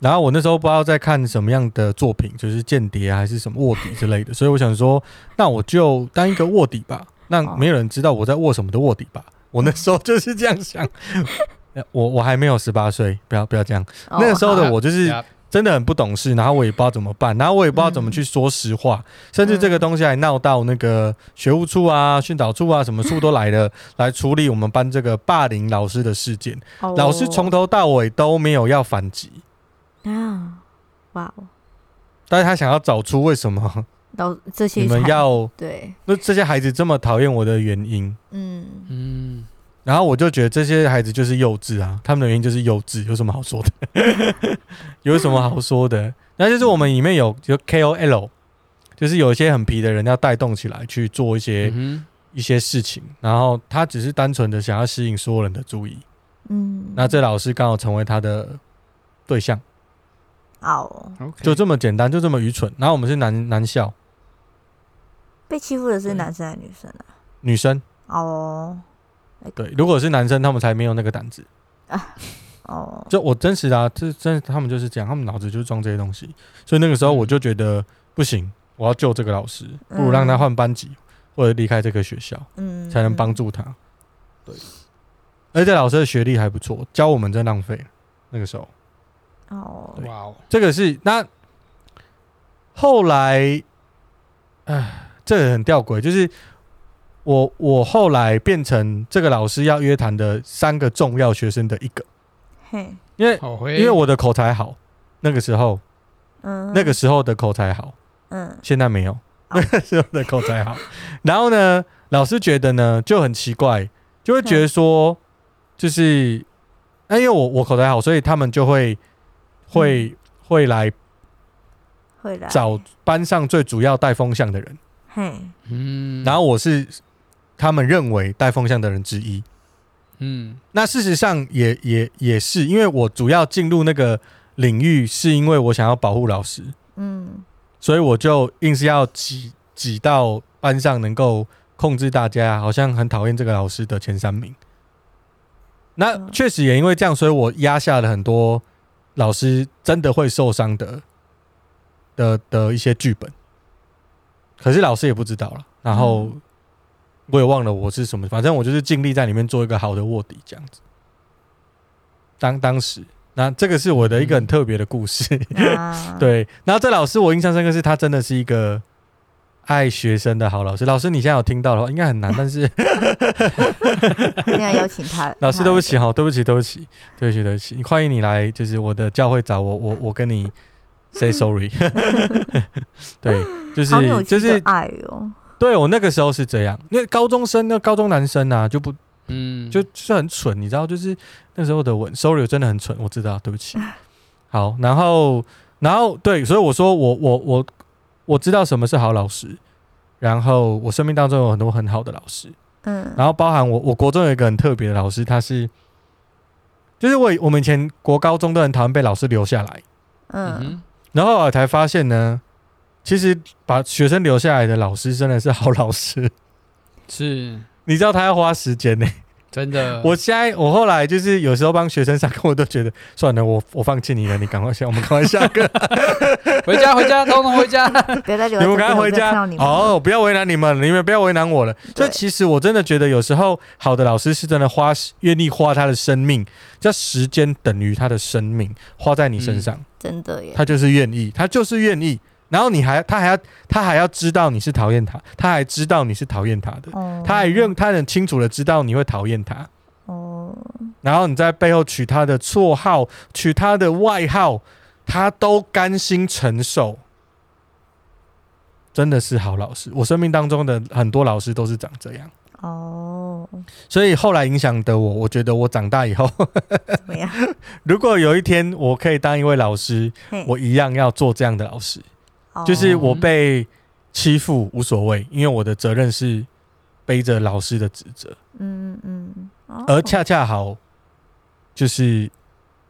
Speaker 1: 然后我那时候不知道在看什么样的作品，就是间谍啊还是什么卧底之类的，所以我想说，那我就当一个卧底吧，让没有人知道我在卧什么的卧底吧。我那时候就是这样想，呃我我还没有十八岁，不要不要这样。
Speaker 3: 哦
Speaker 1: 那个时候的我就是
Speaker 2: 好
Speaker 1: 真的很不懂事，然后我也不知道怎么办，然后我也不知道怎么去说实话，甚至这个东西还闹到那个学务处啊、训导处啊，什么处都来了，来处理我们班这个霸凌老师的事件。
Speaker 3: 好哦
Speaker 1: 老师从头到尾都没有要反击，
Speaker 3: 啊，哇哦，
Speaker 1: 但是他想要找出为什么
Speaker 3: 老这些
Speaker 1: 你们
Speaker 3: 才
Speaker 1: 要
Speaker 3: 对，
Speaker 1: 那这些孩子这么讨厌我的原因。
Speaker 3: 嗯，
Speaker 2: 嗯，
Speaker 1: 然后我就觉得这些孩子就是幼稚啊，他们的原因就是幼稚，有什么好说的？ 有什么好说的？那就是我们里面有有 KOL，就是有一些很皮的人要带动起来去做一些、
Speaker 2: 嗯
Speaker 1: 一些事情，然后他只是单纯的想要吸引所有人的注意，
Speaker 3: 嗯，
Speaker 1: 那这老师刚好成为他的对象，
Speaker 3: 哦，
Speaker 2: 哼，OK，
Speaker 1: 就这么简单，就这么愚蠢。然后我们是男男校
Speaker 3: 被欺负的是
Speaker 2: 对
Speaker 3: 男生还是女生啊？
Speaker 1: 女生，
Speaker 3: 哦
Speaker 1: 对，如果是男生，他们才没有那个胆子。
Speaker 3: 哦，
Speaker 1: 就我真实的、啊，这真的他们就是这样，他们脑子就是装这些东西。所以那个时候
Speaker 3: 嗯
Speaker 1: 我就觉得不行，我要救这个老师，不如让他换班级或者离开这个学校，
Speaker 3: 嗯，
Speaker 1: 才能帮助他。对，而且老师的学历还不错，教我们真浪费。那个时候，
Speaker 3: 哦，
Speaker 2: 哇哦，
Speaker 1: 这个是那后来，唉，这个很吊诡，就是我我后来变成这个老师要约谈的三个重要学生的一个，
Speaker 3: 嘿，
Speaker 1: 因为
Speaker 2: 好会，
Speaker 1: 因为我的口才好，那个时候
Speaker 3: 嗯，
Speaker 1: 那个，时候的口才好，
Speaker 3: 嗯，
Speaker 1: 现在没有。那个时候的口才好，然后呢，老师觉得呢就很奇怪，就会觉得说，就是，哎，因为我我口才好，所以他们就会会、会来
Speaker 3: 会来
Speaker 1: 找班上最主要带风向的人，
Speaker 3: 嘿，
Speaker 2: 嗯，
Speaker 1: 然后我是他们认为带风向的人之一。
Speaker 2: 嗯
Speaker 1: 那事实上也也也是，因为我主要进入那个领域，是因为我想要保护老师，
Speaker 3: 嗯
Speaker 1: 所以我就硬是要挤挤到班上能够控制大家，好像很讨厌这个老师的前三名。那
Speaker 3: 嗯
Speaker 1: 确实也因为这样，所以我压下了很多老师真的会受伤的的的一些剧本。可是老师也不知道了，然后
Speaker 3: 嗯
Speaker 1: 我也忘了我是什么，反正我就是尽力在里面做一个好的卧底这样子。当当时，那这个是我的一
Speaker 3: 嗯
Speaker 1: 个很特别的故事。
Speaker 3: 那
Speaker 1: 对，然后这老师我印象深刻是他真的是一个爱学生的好老师。老师，你现在有听到的话，应该很 难，但是
Speaker 3: 一定要邀请他。
Speaker 1: 老师对不起
Speaker 3: 他
Speaker 1: 哈，对不起，对不起，对不起，对不起，欢迎你来，就是我的教会找我，我我跟你 say sorry。对，就
Speaker 3: 好扭
Speaker 1: 是
Speaker 3: 曲
Speaker 1: 就
Speaker 3: 的
Speaker 1: 是
Speaker 3: 爱哦，
Speaker 1: 对我那个时候是这样，因为高中生那高中男生啊，就不
Speaker 2: 嗯，
Speaker 1: 就就是很蠢，你知道，就是那时候的我，sorry，我真的很蠢，我知道，对不起。 好，然后，然后对，所以我说我我我我知道什么是好老师，然后我生命当中有很多很好的老师，
Speaker 3: 嗯，
Speaker 1: 然后包含我我国中有一个很特别的老师，他是，就是我我们以前国高中都很讨厌被老师留下来，
Speaker 3: 嗯，
Speaker 2: 嗯
Speaker 1: 然后我才发现呢，其实把学生留下来的老师真的是好老师，
Speaker 2: 哼是
Speaker 1: 你知道他要花时间呢、
Speaker 2: 真的，
Speaker 1: 我现在我后来就是有时候帮学生上课，我都觉得算了，我我放弃你了，你赶快下，我们赶快下 课，
Speaker 2: 回家回家，通通回家，
Speaker 3: 不要再留
Speaker 1: 你
Speaker 3: 在
Speaker 1: 们赶
Speaker 3: 啊这
Speaker 1: 快
Speaker 3: 边我
Speaker 1: 回
Speaker 3: 不要
Speaker 1: 家
Speaker 3: 看到你。们了，
Speaker 1: 哦，不要为难你们，你们不要为难我了。所以
Speaker 3: 对
Speaker 1: 其实我真的觉得，有时候好的老师是真的花愿意花他的生命，叫时间等于他的生命花在你身上，
Speaker 3: 真的耶，
Speaker 1: 他就是愿意，他就是愿意。然后你还他还要他还要知道你是讨厌他，他还知道你是讨厌他的，
Speaker 3: 哦
Speaker 1: 他还认他很清楚的知道你会讨厌他。
Speaker 3: 哦，
Speaker 1: 然后你在背后取他的绰号、取他的外号，他都甘心承受，真的是好老师。我生命当中的很多老师都是长这样，
Speaker 3: 哦，
Speaker 1: 所以后来影响的我，我觉得我长大以后，
Speaker 3: 怎么样？
Speaker 1: 如果有一天我可以当一位老师，
Speaker 3: 嘿
Speaker 1: 我一样要做这样的老师，
Speaker 3: 哦
Speaker 1: 就是我被欺负无所谓，因为我的责任是背着老师的职责。
Speaker 3: 嗯嗯，嗯
Speaker 1: 而
Speaker 3: 哦
Speaker 1: 恰恰好就是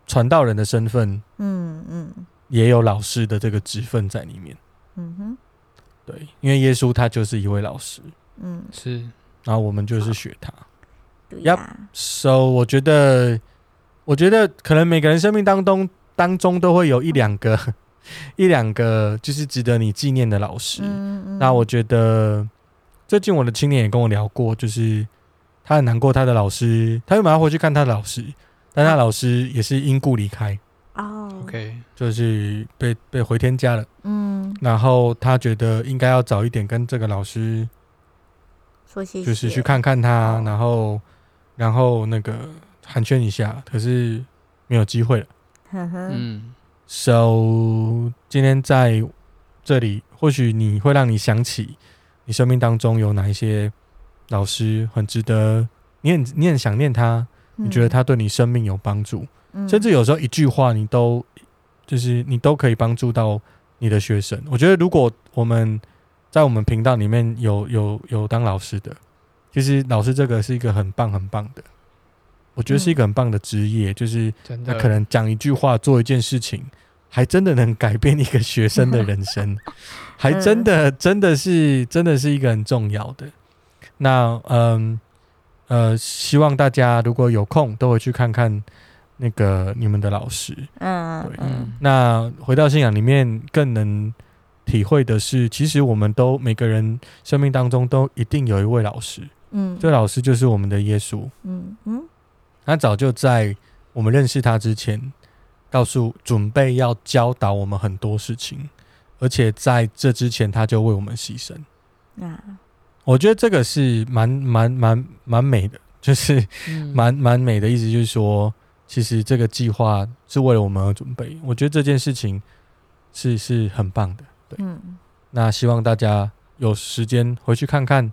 Speaker 1: 传道人的身份
Speaker 3: 嗯嗯
Speaker 1: 也有老师的这个职分在里面。
Speaker 3: 嗯哼
Speaker 1: 对，因为耶稣他就是一位老师，
Speaker 3: 嗯，
Speaker 2: 是
Speaker 1: 然后我们就是学他。
Speaker 3: 对
Speaker 1: Yup
Speaker 3: 呀，
Speaker 1: So，我觉得，我觉得可能每个人生命当中当中都会有一两个 一两个就是值得你纪念的老师。
Speaker 3: 嗯嗯，
Speaker 1: 那我觉得最近我的青年也跟我聊过，就是他很难过他的老师，他原本要回去看他的老师，但他老师也是因故离开，
Speaker 3: 哦，
Speaker 2: OK，
Speaker 1: 就是被被回天家了。
Speaker 3: 嗯，
Speaker 1: 然后他觉得应该要早一点跟这个老师，
Speaker 3: 说谢谢，
Speaker 1: 就是去看看他
Speaker 3: 哦，
Speaker 1: 然后然后那个寒暄一下，可是没有机会了。
Speaker 3: 呵呵，
Speaker 2: 嗯，
Speaker 1: So 今天在这里，或许你会让你想起你生命当中有哪一些老师很值得，你很你很想念他，你觉得他对你生命有帮助，
Speaker 3: 嗯，
Speaker 1: 甚至有时候一句话你都就是你都可以帮助到你的学生。我觉得如果我们在我们频道里面有有有当老师的，其实老师这个是一个很棒很棒的，我觉得是一个很棒的职业，就是
Speaker 2: 真
Speaker 1: 他
Speaker 2: 的
Speaker 1: 可能讲一句话，做一件事情，还真的能改变一个学生的人生，还真的真的是真的是一个很重要的。那嗯呃，希望大家如果有空都会去看看那个你们的老师。
Speaker 3: 嗯
Speaker 1: 对
Speaker 3: 嗯
Speaker 2: 嗯
Speaker 1: 那回到信仰里面，更能体会的是，其实我们都每个人生命当中都一定有一位老师，
Speaker 3: 嗯，
Speaker 1: 这老师就是我们的耶稣。
Speaker 3: 嗯嗯
Speaker 1: 他早就在我们认识他之前，告诉准备要教导我们很多事情，而且在这之前他就为我们牺牲。
Speaker 3: 啊，
Speaker 1: 我觉得这个是蛮蛮蛮蛮美的， 就是
Speaker 2: 嗯
Speaker 1: 蛮蛮美的意思，就是说，其实这个计划是为了我们而准备。我觉得这件事情是是很棒的。对
Speaker 3: 嗯
Speaker 1: 那希望大家有时间回去看看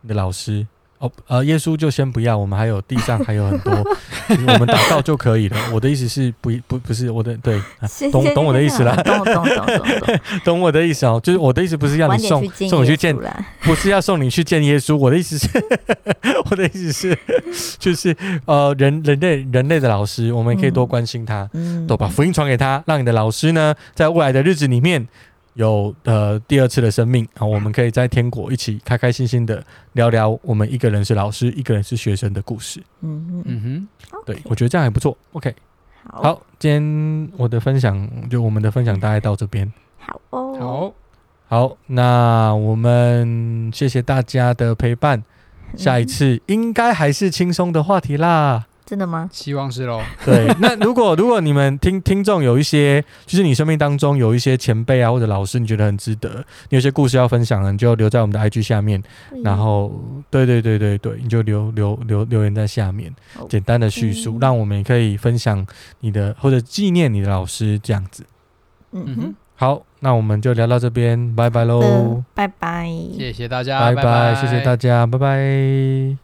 Speaker 1: 你的老师哦。呃，耶稣就先不要，我们还有地上还有很 多，我们祷告就可以了。我的意思是不不不是我的对，啊
Speaker 3: 是
Speaker 1: 懂
Speaker 3: 是
Speaker 1: 懂我的意思啦
Speaker 3: 是啊懂懂懂懂 懂，
Speaker 1: 懂我的意思哦。就是我的意思不是要
Speaker 3: 晚
Speaker 1: 你
Speaker 3: 点
Speaker 1: 送
Speaker 3: 去见
Speaker 1: 送你去
Speaker 3: 耶
Speaker 1: 见
Speaker 3: 稣，啦，
Speaker 1: 不是要送你去见耶稣。我的意思是， 我的意思是，就是呃，人人类人类的老师，我们也可以多
Speaker 3: 嗯
Speaker 1: 关心他。
Speaker 3: 嗯，
Speaker 1: 都把福音传给他，让你的老师呢，在未来的日子里面有呃第二次的生命啊，我们可以在天国一起开开心心的聊聊我们一个人是老师，一个人是学生的故事。
Speaker 3: 嗯嗯，
Speaker 2: 嗯
Speaker 1: 对
Speaker 3: OK，
Speaker 1: 我觉得这样还不错。OK，
Speaker 3: 好
Speaker 1: 好，今天我的分享就我们的分享大概到这边。
Speaker 3: 好
Speaker 2: 哼，
Speaker 3: 哦，
Speaker 2: 好，
Speaker 1: 好，那我们谢谢大家的陪伴，下一
Speaker 3: 嗯
Speaker 1: 次应该还是轻松的话题啦。
Speaker 3: 真的吗？
Speaker 2: 希望是喽。
Speaker 1: 对，那如果如果你们听听众有一些，就是你生命当中有一些前辈啊或者老师，你觉得很值得，你有些故事要分享的，你就留在我们的 IG 下面，
Speaker 3: 嗯
Speaker 1: 然后对对对对对，你就留留留留言在下面，
Speaker 3: 好嗯
Speaker 1: 简单的叙述，让我们也可以分享你的或者纪念你的老师这样子。
Speaker 3: 嗯
Speaker 2: 嗯哼
Speaker 3: 哼，，
Speaker 1: 好，那我们就聊到这边，拜拜喽
Speaker 3: 嗯，，拜拜，
Speaker 2: 谢谢大家，
Speaker 1: 拜
Speaker 2: 拜，
Speaker 1: 谢谢大家，拜拜。